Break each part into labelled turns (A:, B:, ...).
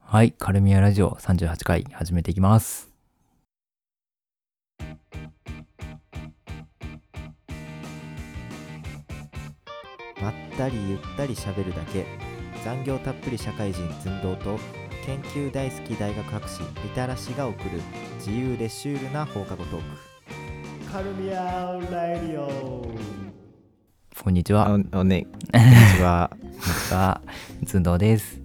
A: はい、カルミアラジオ38回始めていきます。
B: まったりゆったり喋るだけ残業たっぷり社会人寸胴と研究大好き大学博士みたらしが送る自由でシュールな放課後トーク
C: カルミアラディオ
A: こんにちは。こんに
B: あ ねこんにちは
A: ちは。ずんどうです。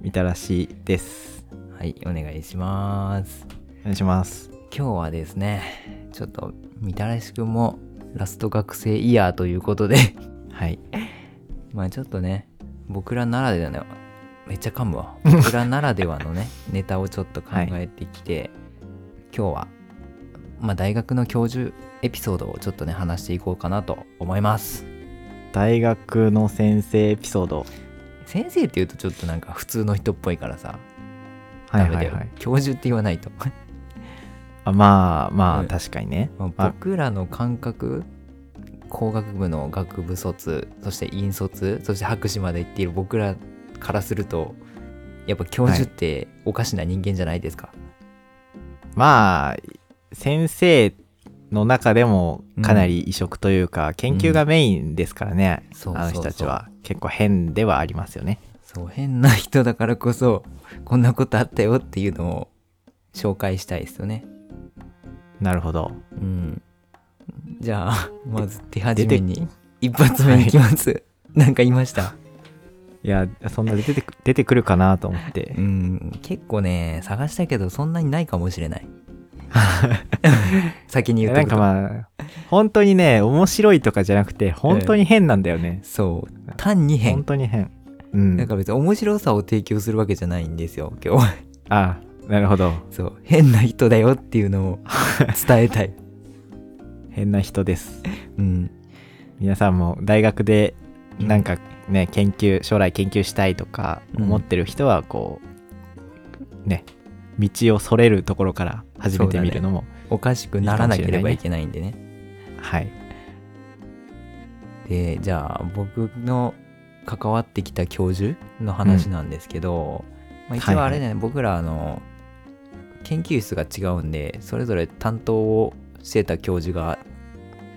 B: みたらしです
A: はい、お願いします。
B: お願いします
A: 今日はですね、ちょっと、みたらしくんもラスト学生イヤーということで、
B: はい
A: まあちょっとね、僕らならではの、めっちゃ噛むわ。僕らならではのね、ネタをちょっと考えてきて、今日は、まあ大学の教授エピソードをちょっとね、話していこうかなと思います。
B: 大学の先生エピソード
A: 先生って言うとちょっとなんか普通の人っぽいからさ、
B: はい
A: ダ
B: は
A: メ
B: い
A: だ
B: は
A: よ
B: い
A: 教授って言わないと
B: あまあまあ、
A: うん
B: 確かにね
A: まあ
B: あ
A: 僕らの感覚工学部の学部卒そして院卒そして博士まで行っている僕らからするとやっぱ教授っておかしな人間じゃないですか、
B: まあ先生の中でもかなり異色というか、研究がメインですからね、
A: そう
B: あの
A: そ
B: 人
A: う
B: たち
A: そう
B: は結構変ではありますよね
A: そう変な人だからこそこんなことあったよっていうのを紹介したいですよね
B: なるほど
A: うんじゃあまず手始めに一発目いきます、 なんか言いました
B: いやそんな出てく出てくるかなと思って
A: うん結構ね探したけどそんなにないかもしれ ない先に言っ
B: な
A: て
B: ん
A: くと
B: かまあ本当にね面白いとかじゃなくて本当に変なんだよね、
A: そう単に
B: 本
A: 変
B: 当に変うん
A: なんか別に面白さを提供するわけじゃないんですよ今日は
B: あなるほど
A: そう変な人だよっていうのを伝えた い
B: 変な人です
A: うん
B: 皆さんも大学で
A: うん
B: なんかね、研究将来研究したいとか
A: うん
B: 思ってる人はこう、ね道をそれるところから始めてみるのも
A: おかしくならなければいけないんでね
B: はい
A: でじゃあ僕の関わってきた教授の話なんですけど、まあ、一応あれね、僕らあの研究室が違うんでそれぞれ担当をしてた教授が、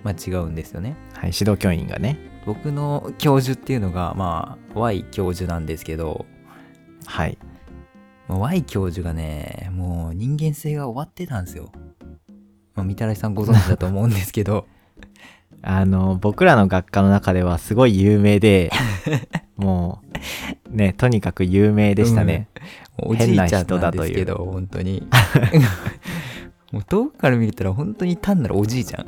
A: まあ、違うんですよね。
B: はい指導教員がね
A: 僕の教授っていうのが、まあ、Y 教授なんですけど、
B: はい
A: まあ Y 教授がねもう人間性が終わってたんですよ。まあ、みたらしさんご存知だと思うんですけど
B: あの僕らの学科の中ではすごい有 名でもうねとにかく有名でしたね、
A: おじいちゃん
B: 変な人
A: な
B: だ
A: んで
B: とい
A: す
B: う
A: けど本当にもう遠くから見たら本当に単なるおじいちゃん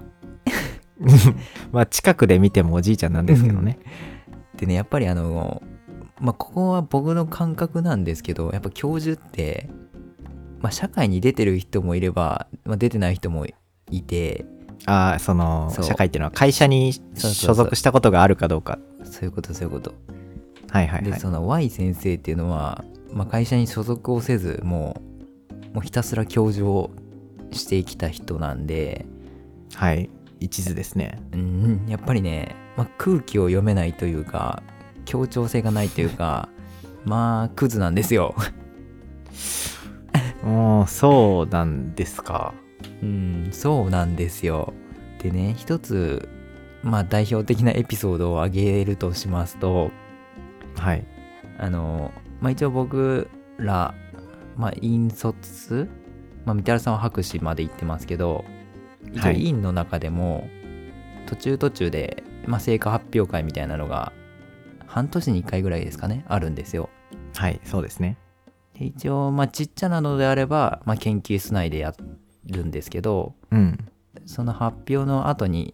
B: まあ近くで見てもおじいちゃんなんですけどね、
A: でねやっぱりあのまあここは僕の感覚なんですけどやっぱ教授って、まあ、社会に出てる人もいれば、まあ、出てない人もいて
B: ああその
A: そう
B: 社会っていうのは会社に
A: そうそう
B: 所属したことがあるかどうか
A: そういうことそういうこと、
B: はいはいは
A: で
B: い
A: その Y 先生っていうのは、まあ、会社に所属をせずもうもうひたすら教授をしてきた人なんで
B: はい一途ですね
A: うんやっぱりね、まあ、空気を読めないというか協調性がないというかまあクズなんですよ
B: もうそうなんですか
A: うん、そうなんですよ。でね、一つ、まあ代表的なエピソードを挙げるとしますと、
B: はい
A: あの、まあ一応僕ら、まあ院卒、まあみたらさんは博士まで行ってますけど、一応
B: はい
A: 院の中でも、途中途中で、まあ成果発表会みたいなのが、半年に1回ぐらいですかね、あるんですよ。
B: はいそうですね
A: で一応、まあちっちゃなのであれば、まあ研究室内でやるんですけど、
B: うん
A: その発表の後に、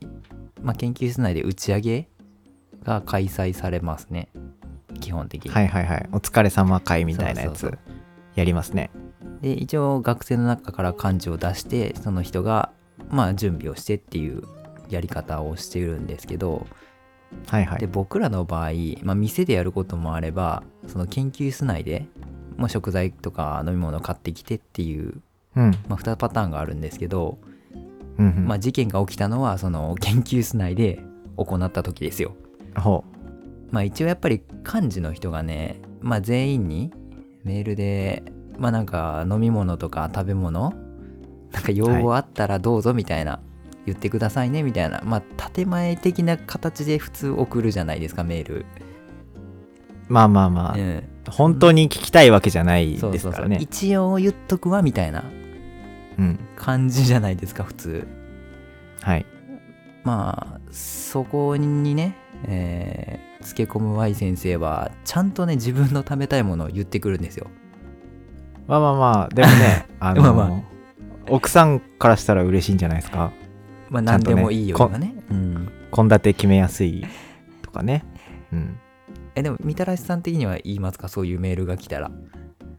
A: まあ、研究室内で打ち上げが開催されますね基本的に、
B: はいはいはいお疲れ様会みたいなや
A: そう
B: つ
A: そう
B: やりますね
A: で一応学生の中から幹事を出してその人がまあ準備をしてっていうやり方をしてるんですけど、
B: はいは
A: で
B: い
A: 僕らの場合、まあ、店でやることもあればその研究室内で、まあ、食材とか飲み物を買ってきてっていう、
B: うん
A: まあ、2パターンがあるんですけど、
B: うんうん
A: まあ、事件が起きたのはその研究室内で行った時ですよ
B: ほ
A: まあ一応やっぱり幹事の人がね、まあ全員にメールでまあなんか飲み物とか食べ物なんか要望あったらどうぞみたいな、言ってくださいねみたいなまあ建前的な形で普通送るじゃないですかメール、
B: まあまあまあ、
A: うん、
B: 本当に聞きたいわけじゃない
A: そう
B: です
A: そう
B: か
A: そ
B: ら
A: う
B: ね
A: 一応言っとくわみたいな
B: うん
A: 感じじゃないですか普通
B: はい
A: まあそこにね、えー、つけ込む Y 先生はちゃんとね自分の食べたいものを言ってくるんですよ
B: まあまあまあでも ねあの
A: まあま
B: 奥さんからしたら嬉しいんじゃないですか
A: まあ
B: ちゃ
A: 何
B: んと
A: で
B: ね
A: もいいよ
B: こ
A: 今ねうん
B: 献立決めやすいとかねうん
A: えでもみたらしさん的には言いますかそういうメールが来たら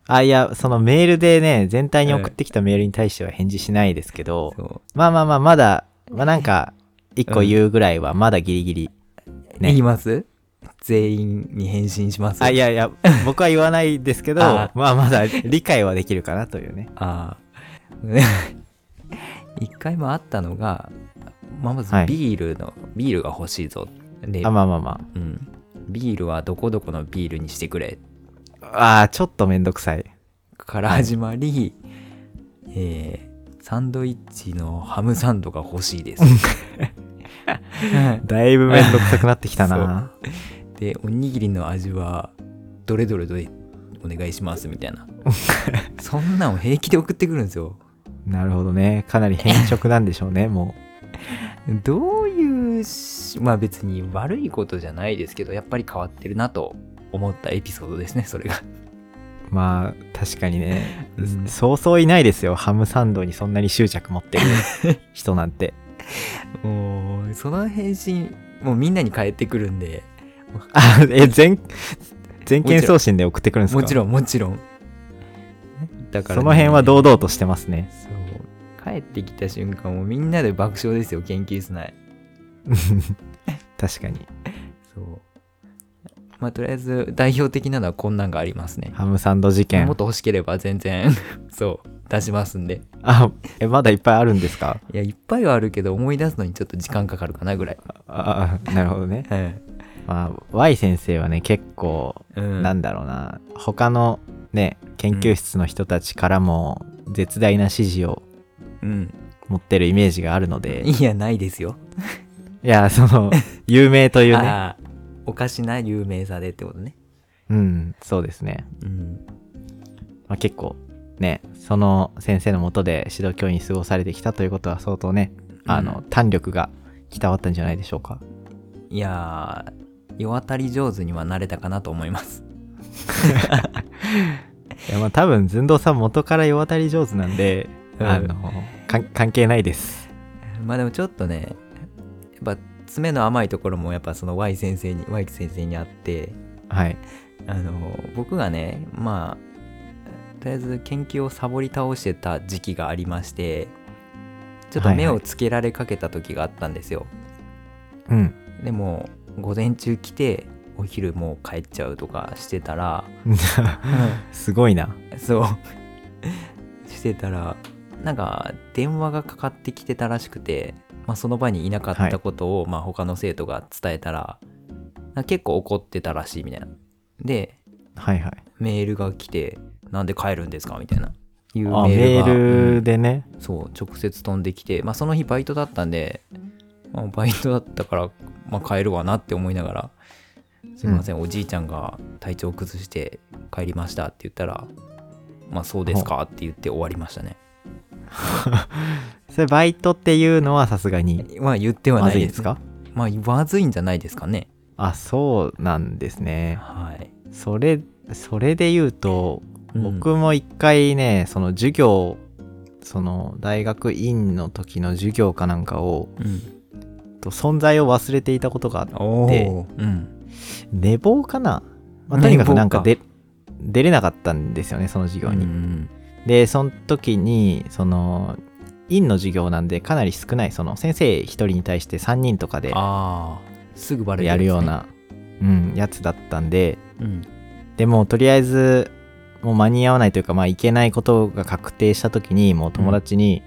B: あいやそのメールでね全体に送ってきたメールに対しては返事しないですけど、
A: そ
B: まあまあまあまだまあなんか一個言うぐらいはまだギリギリ、
A: う、言います全員に返信します
B: あいやいや 僕は言わないですけど
A: あ
B: まあまだ理解はできるかなというね
A: あ あ一回もあったのが、まあまず
B: はい
A: ビールの、ビールが欲しいぞで、
B: あまあまあま
A: うん、ビールはどこどこのビールにしてくれ
B: ああーちょっとめんどくさい
A: から始まり、えーサンドイッチのハムサンドが欲しいです
B: だいぶめんどくさくなってきたな
A: でおにぎりの味はどれどれどれお願いしますみたいなそんなんを平気で送ってくるんですよ
B: なるほどねかなり変色なんでしょ うねも
A: どういうしまあ別に悪いことじゃないですけどやっぱり変わってるなと思ったエピソードですねそれが
B: うまあ確かにね、
A: うん
B: そうそういないですよハムサンドにそんなに執着持ってる 人なんて
A: もうその返信もうみんなに返ってくるんで
B: あえ全全件送信で送ってくるんですか
A: もちろんもちろんだからね、
B: その辺は堂々としてま すね
A: そう帰ってきた瞬間もうみんなで爆笑ですよ研究室内
B: 確かに
A: そうまあとりあえず代表的なのはこんなんがありますね
B: ハムサンド事
A: も
B: 件
A: っと欲しければ全然 そう出しますんで
B: あえまだいっぱいあるんですか
A: いやいっぱいはあるけど思い出すのにちょっと時間かかるかなぐらい
B: ああなるほどね、
A: はい
B: まあ、Y 先生はね結構、
A: うん
B: なんだろうな他のね研究室の人たちからも絶大な支持を
A: うん、
B: 持ってるイメージがあるので、い
A: いやないですよ。
B: やそ の有名というね
A: ああおかしな有名さでってことね。
B: うんそうですね、
A: うん、
B: まあ、結構ねその先生のもとで指導教員に過ごされてきたということは相当ねあの、胆力が伝わったんじゃないでしょうか
A: いやー世渡り上手にはなれたかなと思います。
B: いやまあ多分寸胴さん元から世渡り上手なんで、
A: うん
B: あのかん関係ないです
A: まあでもちょっとねやっぱ爪の甘いところもやっぱその Y 先生に Y 先生にあって
B: はい
A: あの僕がねまあとりあえず研究をサボり倒してた時期がありましてちょっと目をつけられかけた時があったんですよ。
B: うん
A: でも午前中来てお昼もう帰っちゃうとかしてたら、
B: すごいな
A: そう してたらなんか電話がかかってきてたらしくて、まあ、その場にいなかったことを、まあ、他の生徒が伝えたらなんか結構怒ってたらしいみたいなで
B: はいはい
A: メールが来て「なんで帰るんですか?」みたいないうメー
B: あ
A: ル
B: メ
A: が
B: ー
A: う
B: ル
A: ん
B: でね、
A: そう直接飛んできて、まあ、その日バイトだったんで、まあ、バイトだったから、まあ、帰るわなって思いながら「すいません、おじいちゃんが体調崩して帰りました」って言ったら「まあそうですか」って言って終わりましたね。
B: それバイトっていうのはさすがに
A: まあ言っては
B: ま
A: な
B: ず
A: い
B: い
A: で
B: んですすか
A: まあ言わずいんじゃないですかね。
B: あそうなんですね
A: はい。
B: それそれで言うと
A: うん
B: 僕も一回ね、その授業その大学院の時の授業かなんかを
A: うん、
B: と存在を忘れていたことがあって
A: おお、
B: で
A: うん。
B: 寝坊かな、まあ、
A: 寝坊か
B: とにかくなんかで出れなかったんですよねその授業に、
A: うん
B: でその時にその院の授業なんでかなり少ないその先生1人に対して3人とかで
A: ああすぐバレ
B: やるよう
A: ですね、
B: なうん、やつだったんで
A: うん
B: でもとりあえずもう間に合わないというかまあいけないことが確定した時にもう友達に、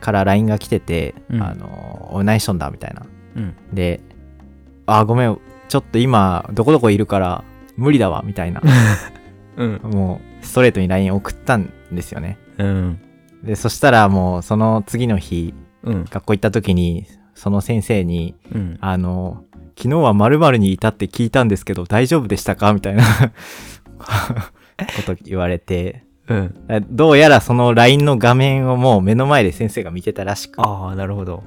B: から LINE が来てて「
A: うん
B: あのおい何しとんだ」みたいな
A: うん、
B: で 「あーごめんちょっと今どこどこいるから無理だわ」みたいな
A: うん
B: もうストレートに LINE 送ったんですよね
A: うん
B: でそしたらもうその次の日
A: うん
B: 学校行った時にその先生に
A: うん
B: 「あの昨日は〇〇にいたって聞いたんですけど大丈夫でしたか?」みたいなこと言われて
A: うん
B: どうやらその LINE の画面をもう目の前で先生が見てたらしく、
A: ああなるほど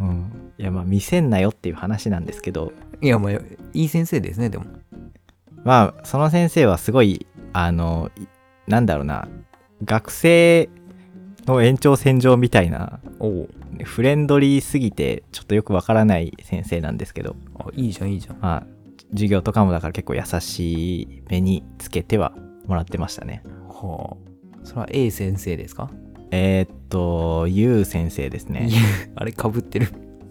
B: うん、いやまあ見せんなよっていう話なんですけど
A: いやもういい先生ですねでも
B: まあその先生はすごいあのいなんだろうな学生の延長線上みたいな
A: おお
B: フレンドリーすぎてちょっとよくわからない先生なんですけど、
A: あいいじゃんいいじゃん
B: まあ、授業とかもだから結構優しい目につけてはもらってましたね
A: はあそれは A 先生ですか、
B: えーっとゆう先生です
A: い
B: ね
A: やあれかぶってる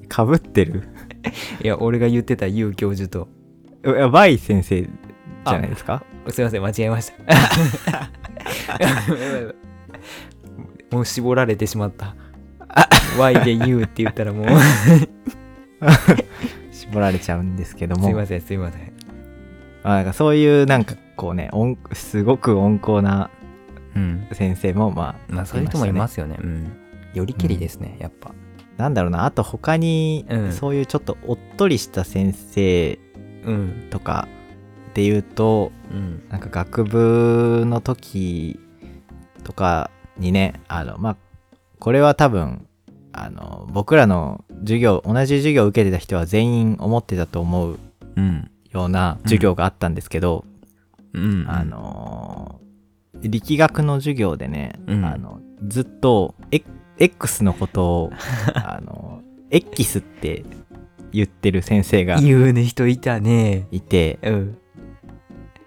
B: かぶってる
A: いや俺が言ってた U 教授と
B: いやばい先生じゃないですか
A: すいません間違えました もう絞られてしまった Y で U って言ったらもう
B: 絞られちゃうんですけども
A: すいませんすいません
B: まあなんかそういうなんかこうね温すごく温厚な
A: うん
B: 先生もまあ
A: まあそういう人もいますよねうんよりけりですね、やっぱ
B: なんだろうなあと他に、
A: うん
B: そういうちょっとおっとりした先生
A: うん
B: とかで言うと
A: うん
B: なんか学部の時とかにねあのまあこれは多分あの僕らの授業同じ授業を受けてた人は全員思ってたと思う
A: うん
B: ような授業があったんですけど、
A: うん
B: あのー力学の授業でね、
A: うん
B: あのずっとエ X のこと をあの X って言ってる先生が
A: U の人いたね
B: いて
A: うん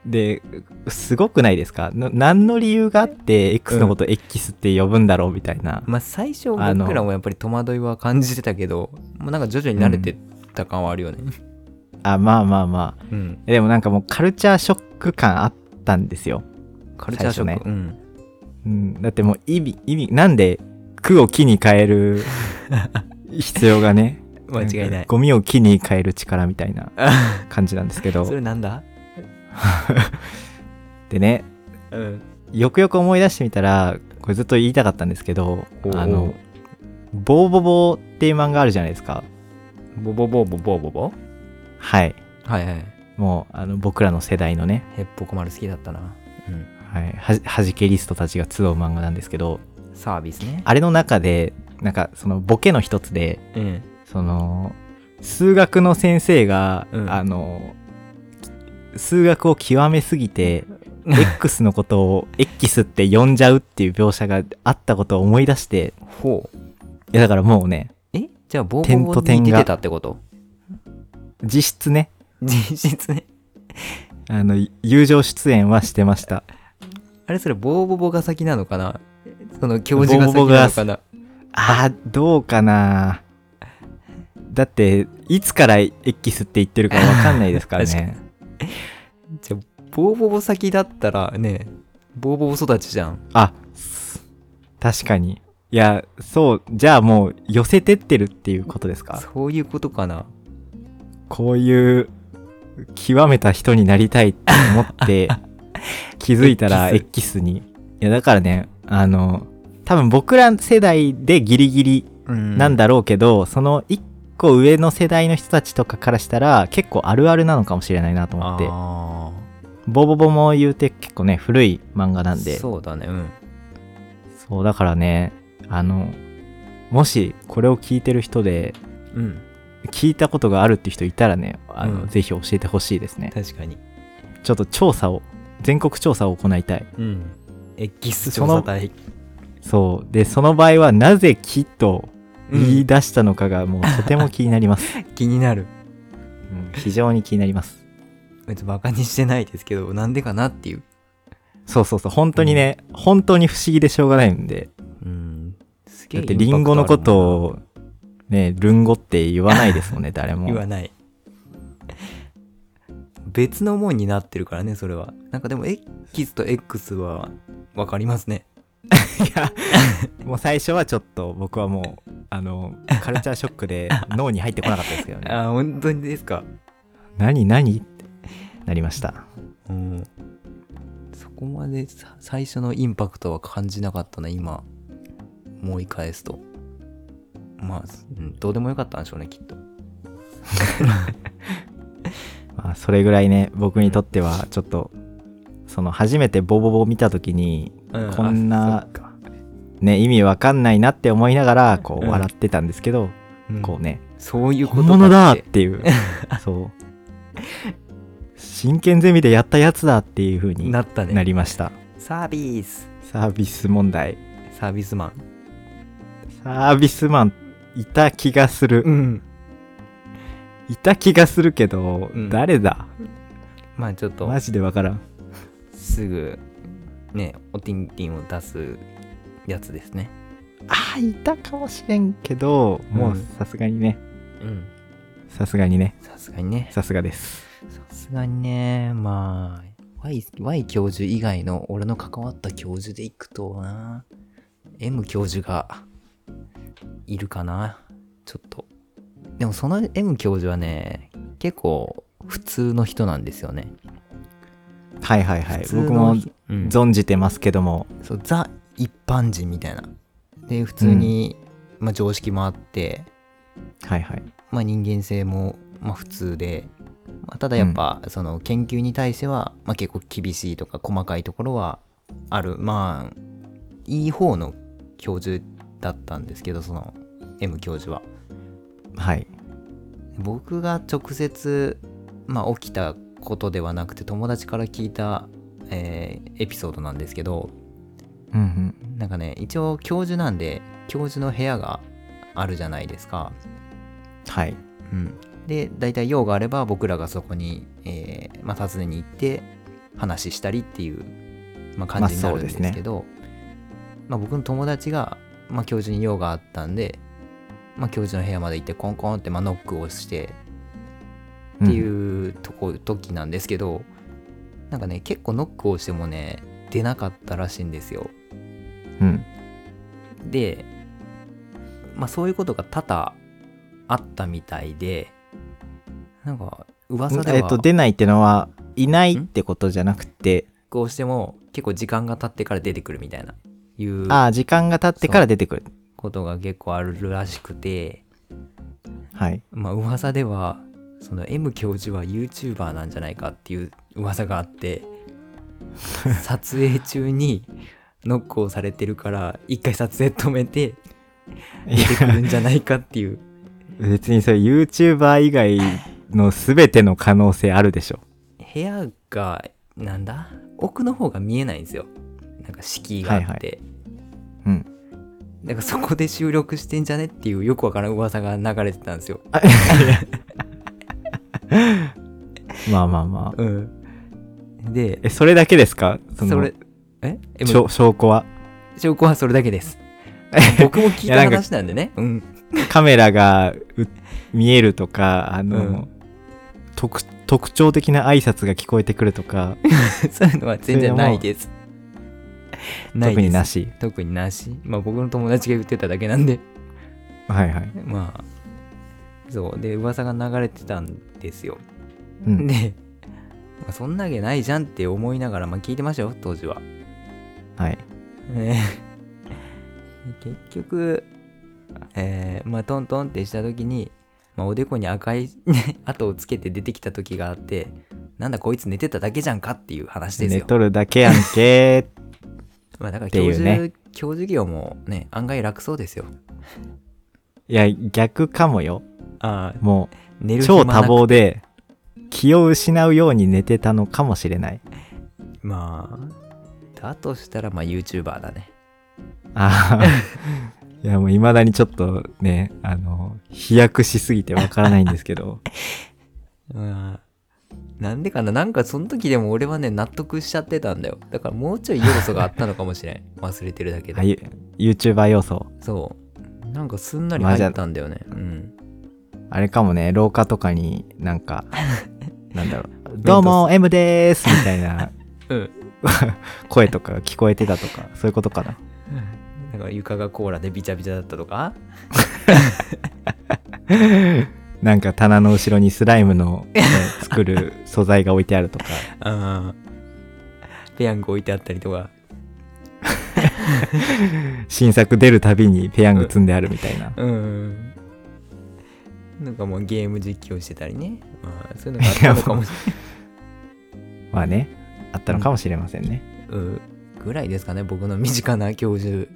B: ですごくないですかな何の理由があって X のことを X って呼ぶんだろうみたいな、
A: まあ最初
B: あの
A: 僕らもやっぱり戸惑いは感じてたけどもうなんか徐々に慣れてった感はあるよね
B: あまあまあまあ
A: うん
B: でもなんかもうカルチャーショック感あったんですよ、
A: カルチャーショック、
B: 最初
A: うん
B: うん、だってもう意味意味なんで句を木に変える 必要がね
A: 間違い
B: ん
A: な
B: か
A: い
B: ゴミを木に変える力みた いな感じなんですけど
A: それなんだ
B: でね
A: うん
B: よくよく思い出してみたらこれずっと言いたかったんですけど
A: おー
B: あの「ボーボボー」っていう漫画あるじゃないですか
A: ボボボボボボボ
B: はい
A: はいはい
B: もうあの僕らの世代のね、
A: ヘッポコマル好きだったなうん
B: はい、はじはじけリストたちが集う漫画なんですけど
A: サービスね
B: あれの中でなんかそのボケの一つで
A: うん
B: その数学の先生が、
A: うん
B: あの数学を極めすぎて X のことを X って呼んじゃうっていう描写があったことを思い出して
A: ほう
B: いやだからもうね
A: えじゃあボボ
B: 点
A: ボ
B: と
A: に
B: 点
A: 出
B: が
A: てたってこと
B: 実質ね
A: 実質ね
B: あの友情出演はしてました
A: あれそれボーボボが先なのかなその教授が先なのかな
B: あーどうかなだっていつから X って言ってるかわかんないです からね
A: じゃあボーボボ先だったらねボーボボ育ちじゃん
B: あす確かにいやそうじゃあもう寄せてってるっていうことですか
A: そういうことかな
B: こういう極めた人になりたいって思って 気づいたら X に。いやだからね、あの、多分僕ら世代でギリギリ
A: うん
B: なんだろうけど、その一個上の世代の人たちとかからしたら結構あるあるなのかもしれないなと思って。
A: あ
B: ボボボも言うて結構ね、古い漫画な
A: あ
B: んで。そう
A: そうだねうん
B: だからね、あの、もしこれを聞いてる人で
A: うん
B: 聞いたことがあるって人いたらね、あの、
A: うん
B: ぜひ教えてほしいですね。
A: 確かに
B: ちょっと調査を全国調査を行いたい
A: うんエキス
B: そ
A: 調
B: の
A: 査隊
B: そうでその場合はなぜ「木」と言い出したのかがもうとても気になります、
A: 気になる
B: うん 非常に気になります
A: 別にバカにしてないですけどなんでかなっていう
B: そうそうそう本当にね、本当に不思議でしょうがないんで
A: うんすげ
B: だ
A: え
B: ってリンゴのこと
A: を
B: をねルンゴって言わないで すもんね誰も
A: 言わない別のもんになってるからねそれはなんかでも X と X は分かりますね
B: もう最初はちょっと僕はもう あのカルチャーショックで脳に入ってこなかったですけどね
A: あ本当にですか
B: 何何ってなりました
A: うんそっこまでさ最初のインパクトは感じなかったな今思い返すとまあ、うん、どうでもよかったんでしょうねきっと
B: まあ、それぐらいね僕にとってはちょっとその初めてボボボ見た時に
A: うん
B: こんな
A: あそっか
B: ね意味わかんないなって思いながらこ
A: う
B: うん笑ってたんですけど、
A: うん
B: こうね
A: そういうこと
B: 本物だっていうそう真剣ゼミでやったやつだっていう風に
A: なったね
B: なりました
A: サービス
B: サービス問題
A: サービスマン
B: サービスマンいた気がする、
A: ん
B: いた気がするけど、
A: うん
B: 誰だ
A: まあちょっと
B: マジでわからん
A: すぐねおティンティンを出すやつですね
B: あいたかもしれんけどもううんさすがにね
A: うん
B: さすがにね
A: さすがにね
B: さすがです
A: さすがにねまあ y, y 教授以外の俺の関わった教授でいくとな M 教授がいるかなちょっとでもその M 教授はね結構普通の人なんですよね、
B: はいはいはい
A: 普通の
B: 僕
A: う
B: も
A: ん
B: 存じてますけども、
A: そうザ一般人みたいなで普通に、まあ、常識もあって、
B: はいはい
A: まあ、人間性も、まあ、普通で、まあ、ただやっぱ、その研究に対しては、まあ、結構厳しいとか細かいところはあるまあいい方の教授だったんですけどその M 教授は
B: はい
A: 僕が直接、まあ、起きたことではなくて友達から聞いた、えーエピソードなんですけど
B: うんうん
A: なんかね一応教授なんで教授の部屋があるじゃないですか、
B: はい
A: うん、で大体用があれば僕らがそこに、えーまあ、訪ねに行って話したりっていう、まあ、感じになるんですけど、まあ僕の友達が、まあ、教授に用があったんで、まあ、教授の部屋まで行ってコンコンって、まあ、ノックをしてって
B: うん
A: いうとこ、時なんですけどなんかね結構ノックをしてもね出なかったらしいんですよ。
B: うん
A: で、まあ、そういうことが多々あったみたいでなんか噂では
B: えっと出ないってのはいないってことじゃなくて
A: こうしても結構時間が経ってから出てくるみたいないう
B: ああ時間が経ってから出てくる
A: ことが結構あるらしくて
B: はい
A: まあ噂ではその M 教授は YouTuber なんじゃないかっていう噂があって 撮影中にノックをされてるから一回撮影止めて
B: い
A: 出てく
B: や
A: るんじゃないかっていう
B: 別にそれ YouTuber 以外の全ての可能性あるでしょ
A: 部屋がなんだ奥の方が見えないんですよなんか敷居があって、
B: はいはうん
A: なんかそこで収録してんじゃねっていうよくわからん噂が流れてたんですよ、
B: まあまあまあ
A: うん、で
B: えそれだけですか
A: そ
B: の
A: れええ
B: しょ証 拠は
A: 証拠はそれだけです 僕も聞い
B: いや
A: た
B: なんか
A: 話なんでねうん
B: カメラがう見えるとかあの、
A: うん
B: 特特徴的な挨拶が聞こえてくるとか
A: そういうのは全然ないですないで
B: 特に
A: す
B: なし
A: 特になしまあ僕の友達が言ってただけなんで
B: はいはい、
A: まあそうで噂が流れてたんですよ
B: うん
A: で、 まあそんなわけないじゃんって思いながら、まあ、聞いてましたよ当時は、
B: はい
A: ね結局、えーまあ、トントンってした時に、まあ、おでこに赤い、 ね、跡をつけて出てきた時があってなんだこいつ寝てただけじゃんかっていう話です
B: 寝
A: よ、
B: とるだけやんけ
A: まあ、だから
B: って
A: 教
B: いう
A: 授、
B: ね
A: 教授業もね案外楽そうですよ
B: いや逆かもよ
A: ああ
B: も
A: 寝
B: う
A: る
B: 超
A: 暇
B: 多
A: なく
B: 忙で気を失うように寝てたのかもしれない
A: まあだとしたらまあ YouTuber だね
B: あ ーいやもういまだにちょっとねあの飛躍しすぎてわからないんですけど
A: うんなんでかななんかその時でも俺はね納得しちゃってたんだよだからもうちょい要素があったのかもしれん 忘れてる だけ
B: あ
A: で
B: ゆ YouTuber 要素
A: そうなんかすんなり入ったんだよね、うん
B: あれかもね、廊下とかにな んか、なんだろう、どうも、M でーすみたいな
A: うん
B: 声とかが聞こえてたとか、そういうことかな。
A: だから床がコーラでビチャビチャだったとか
B: なんか棚の後 ろにスライムの、ね作る素材が置いてあるとか、
A: うんペヤング置いてあったりとか
B: 新作出るたびにペヤング積んであるみたいな、
A: うんなんかもうゲーム実況してたりね、まあ、そういうのがあったのかもし
B: まあねあったのかもしれませんね、
A: れ ない、うん、ぐらいですかね僕の身近な教授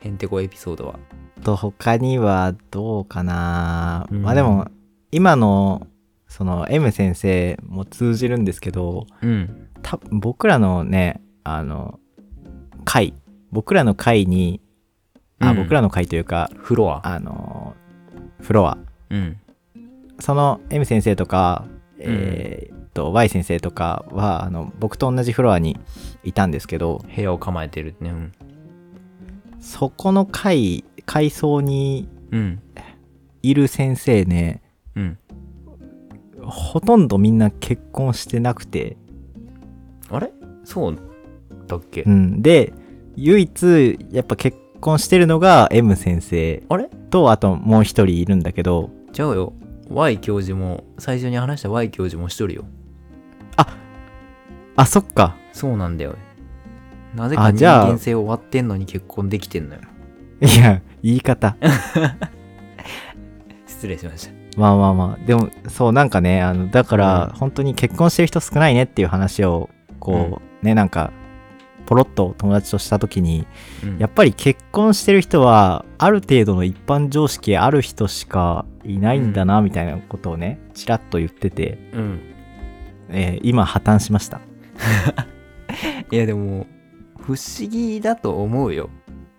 A: へんてこエピソードは
B: と他にはどうかな、
A: うん
B: まあでも今のその M 先生も通じるんですけど
A: うん
B: た僕らのねあの会僕らの会にあ、
A: うん
B: 僕らの会というか
A: フロア
B: あのフロア
A: うん
B: その M 先生とか、えーっと Y 先生とかはあの僕と同じフロアにいたんですけど
A: 部屋を構えてるってねうん
B: そこの会階層に
A: うん
B: いる先生ね
A: うん
B: ほとんどみんな結婚してなくて、
A: あれそうだっけ、
B: うん、で唯一やっぱ結婚してるのが M 先生
A: あれ
B: とあともう一人いるんだけど
A: ちゃうよ Y 教授も最初に話した Y 教授も一人よ
B: あそっか
A: そうなんだよなぜか
B: あ
A: 人
B: じゃあ
A: 間性終わってんのに結婚できてんのよ
B: いや言い方
A: 失礼しました
B: まあまあまあでもそうなんかねあのだから、
A: うん
B: 本当に結婚してる人少ないねっていう話をこう、ねなんかポロッと友達とした時に
A: うん
B: やっぱり結婚してる人はある程度の一般常識ある人しかいないんだなみたいなことをねちらっと言ってて、
A: うん
B: えー今破綻しました
A: いやでも不思議だと思うよ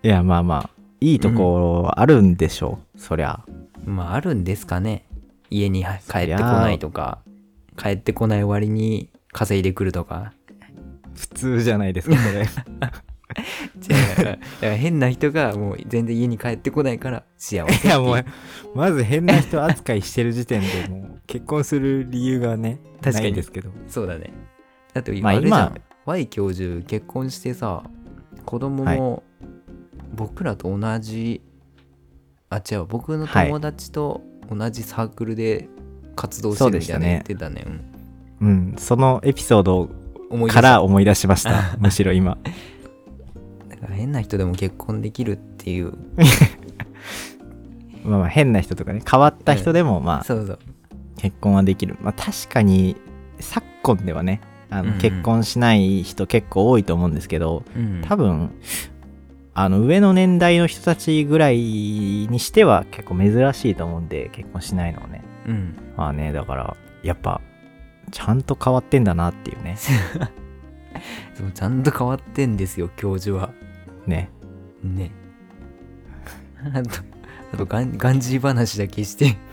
B: いやまあまあいいところあるんでしょう、そりゃ
A: まああるんですかね家には帰ってこないとか帰ってこない割に稼いでくるとか
B: 普通じゃないですかそ れ
A: 違う だから変な人がもう全然家に帰ってこないから幸せ
B: いやもうまず変な人扱いしてる時点でもう結婚する理由がね
A: 確かに
B: ないんですけど
A: そうだね。だって今
B: まあ
A: あれじゃん、
B: 今
A: Y 教授結婚してさ、子供も僕らと同じ、あ、違う、僕の友達と同じサークルで活動してるみたいなの言ってたね。うん
B: うんそのエピソード
A: 思い出し
B: か
A: た
B: ら思い出しました むしろ今
A: だから変な人でも結婚できるっていう。
B: まあまあ変な人とかね変わった人でもまあ
A: そうそう。
B: 結婚はできるまあ確かに昨今ではねあ
A: うんう
B: の
A: ん
B: 結婚しない人結構多いと思うんですけど、
A: うん、
B: 多分あの上の年代の人たちぐらいにしては結構珍しいと思うんで結婚しないのはね
A: うん。
B: まあねだからやっぱちゃんと変わってんだなっていうね
A: そうちゃんと変わってんですよ、教授は。
B: ね
A: ね。あと、 あとガンガンジー話だけして、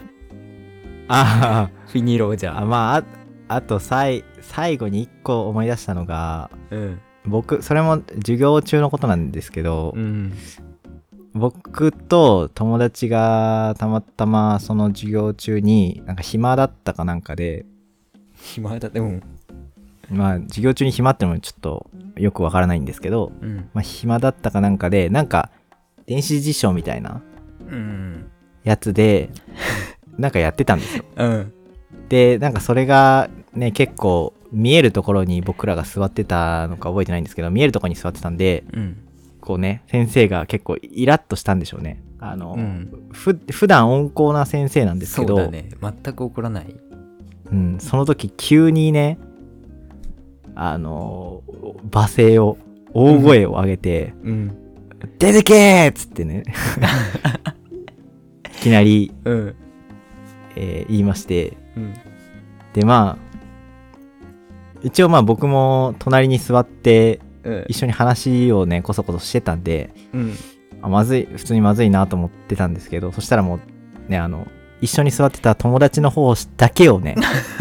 B: あ
A: フィニローじ
B: ー
A: ゃ
B: あまあああとさい最後に一個思い出したのが
A: うん。
B: 僕それも授業中のことなんですけど、
A: うん。
B: 僕と友達がたまたまその授業中になんか暇だったかなんかで
A: 暇だって、うん。
B: まあ授業中に暇ってのもちょっとよくわからないんですけど
A: うん。
B: まあ、暇だったかなんかでなんか電子辞書みたいな
A: うん。
B: や つでなんかやってたんですよ
A: うん。
B: でなんかそれがね結構見えるところに僕らが座ってたのか覚えてないんですけど見えるところに座ってたんで
A: うん。
B: こうね先生が結構イラッとしたんでしょうねあの、
A: うん。
B: ふ普段温厚な先生なんです
A: そ
B: け
A: う
B: ど
A: だね。全く怒らない。
B: うん、その時急にねあの罵声を大声を上げて、
A: うん。
B: 出てけーっつって ねいきなり、
A: うん。
B: えー言いまして
A: うん。
B: でまあ一応まあ僕も隣に座って
A: うん
B: 一緒に話をねこそこそしてたんで
A: うん。
B: あまずい普通にまずいなと思ってたんですけどそしたらもうねあの一緒に座ってた友達の方だけ をね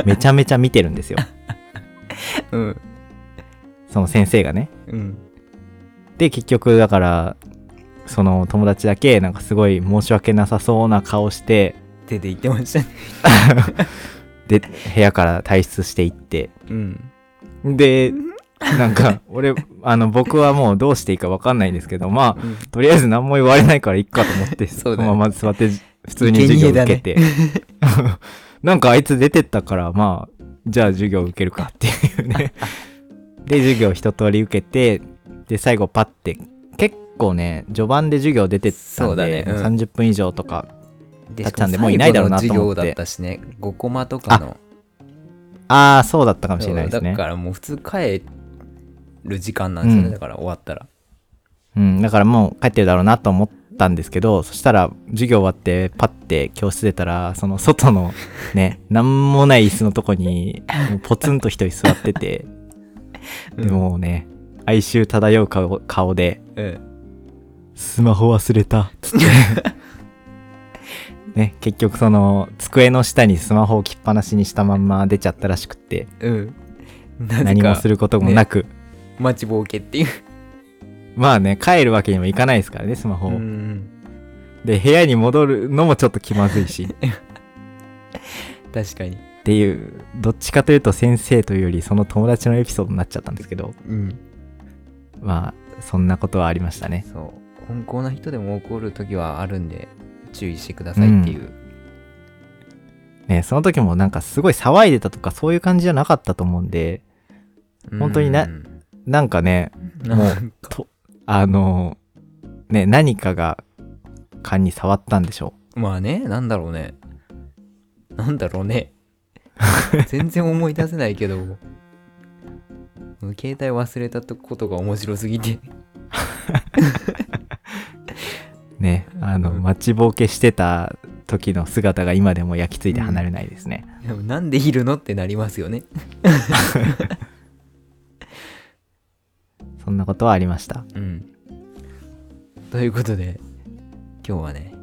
B: めちゃめちゃ見てるんですよ
A: うん。
B: その先生がね
A: うん。
B: で結局だからその友達だけなんかすごい申し訳なさそうな顔して
A: 出て行ってましたね。
B: で部屋から退出していって
A: うん。
B: でなんか俺あの僕はもうどうしていいか分かんないんですけどま
A: うん
B: あとりあえず何も言われないからいっかと思っ て
A: そうだね
B: のまま座って普通に授業受けて、 なんかあいつ出てったからまあじゃあ授業受けるかっていうねで授業一通り受けてで最後パッて結構ね序盤で授業出てった
A: そ
B: ん
A: うだ
B: で、
A: ねうん
B: 30分以上とか
A: で
B: たっちゃんでもういないだろうなと思って
A: 最後の授業だったしね5コマとかの
B: ああそうだったかもしれないです
A: そう
B: ね
A: だからもう普通帰る時間なんですよね、
B: うん
A: だから終わったら
B: うん、だからもう帰ってるだろうなと思ったんですけどそしたら授業終わってパッて教室出たらその外の ねなんもない椅子のとこにもうポツンと一人座ってて、
A: うん
B: でもうね哀愁漂う顔顔で
A: うん
B: 「スマホ忘れた」つってね結局その机の下にスマホを置きっぱなしにしたまんま出ちゃったらしくって
A: うん なぜ
B: 何も
A: か
B: することもなく、
A: 待ちぼうけっていう
B: まあね帰るわけにもいかないですからねスマホを。
A: うん
B: で部屋に戻るのもちょっと気まずいし
A: 確かに
B: っていうどっちかというと先生というよりその友達のエピソードになっちゃったんですけど
A: うん
B: まあそんなことはありましたね
A: そう温厚な人でも怒る時はあるんで注意してくださいっていう、
B: ねその時もなんかすごい騒いでたとかそういう感じじゃなかったと思うんで
A: うん
B: 本当にななんかね
A: なんか
B: あのね何かが勘に触ったんでしょ
A: まあねなんだろうねなんだろうね 全然思い出せないけど携帯忘れたことが面白すぎて
B: うねあの
A: うん
B: 待ちぼうけしてた時の姿が今でも焼き付いて離れないですね、
A: でもなんでいるのってなりますよね
B: そんなことはありました
A: うん。ということで、今日はね、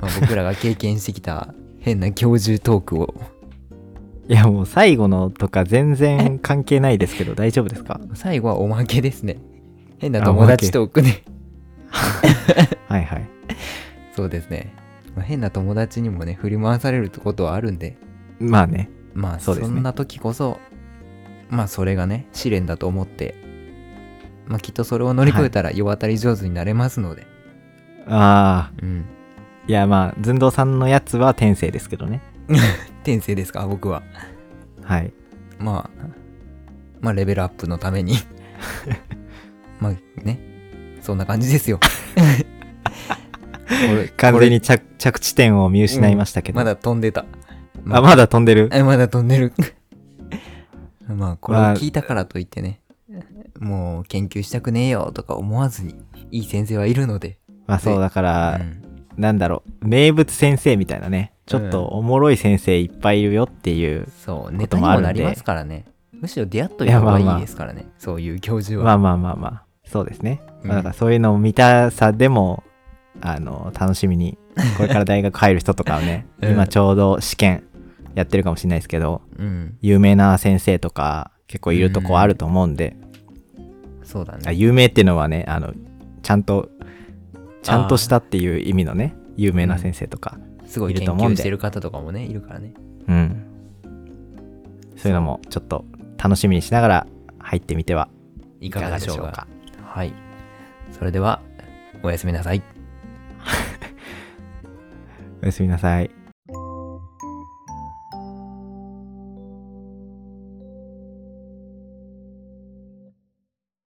A: まあ、僕らが経験してきた変な教授トークを、
B: いやもう最後のとか全然関係ないですけど大丈夫ですか
A: 最後はおまけです ね。変な友達トークね。
B: はいはい
A: そうですね。まあ変な友達にもね、振り回されることはあるんで、
B: まあね
A: まあ、
B: そ
A: そう
B: ですね
A: んな時こそ、まあ、それがね、試練だと思って、まあ、きっとそれを乗り越えたら、世渡り上手になれますので、
B: ああ
A: うん。
B: いやまあ寸胴さんのやつは天性ですけどね
A: 天性ですか、僕は。
B: はい
A: まあ、まあ、レベルアップのために。 まあね、そんな感じです よ。
B: 完全に着着地点を見失いましたけど、
A: まだ飛んでた。
B: あまだ飛んでる
A: えまだ飛んでる。まあ、これを
B: まあ
A: 聞いたからといってね、もう研究したくねえよとか思わずに、いい先生はいるので。
B: まあそうだか
A: う
B: ら、
A: ん、
B: なんだろう名物先生みたいなねちょっとおもろい先生いっぱいいるよっていう、
A: そう、
B: こ
A: ネタ
B: と
A: に
B: も
A: も
B: あるんで
A: なりますからね。むしろ出会っといた方が
B: いやま
A: いい
B: あまあ
A: ですからね。そういう教授
B: ま
A: は。
B: あまあまあまあそうですね、
A: うん
B: まあだからそういうのを見たさでもあの楽しみにこれから大学入る人とかはね、
A: うん
B: 今ちょうど試験やってるかもしれないですけど
A: うん。
B: 有名な先生とか結構いるとこあると思うんで、
A: そうだ
B: あ
A: ね。
B: 有名っていうのはねあのちゃんとちゃんとしたっていう意味のね有名な先生とか
A: すごい
B: いる
A: 研
B: と思うん
A: 究
B: で
A: してる方とかもね、いるからね。
B: うん、そういうのもちょっと楽しみにしながら入ってみてはいい
A: か
B: か
A: が
B: が
A: で
B: で
A: し
B: し
A: ょ
B: ょ
A: う
B: う
A: か。
B: か
A: はい。それでは、おやすみなさい。
B: おやすみなさい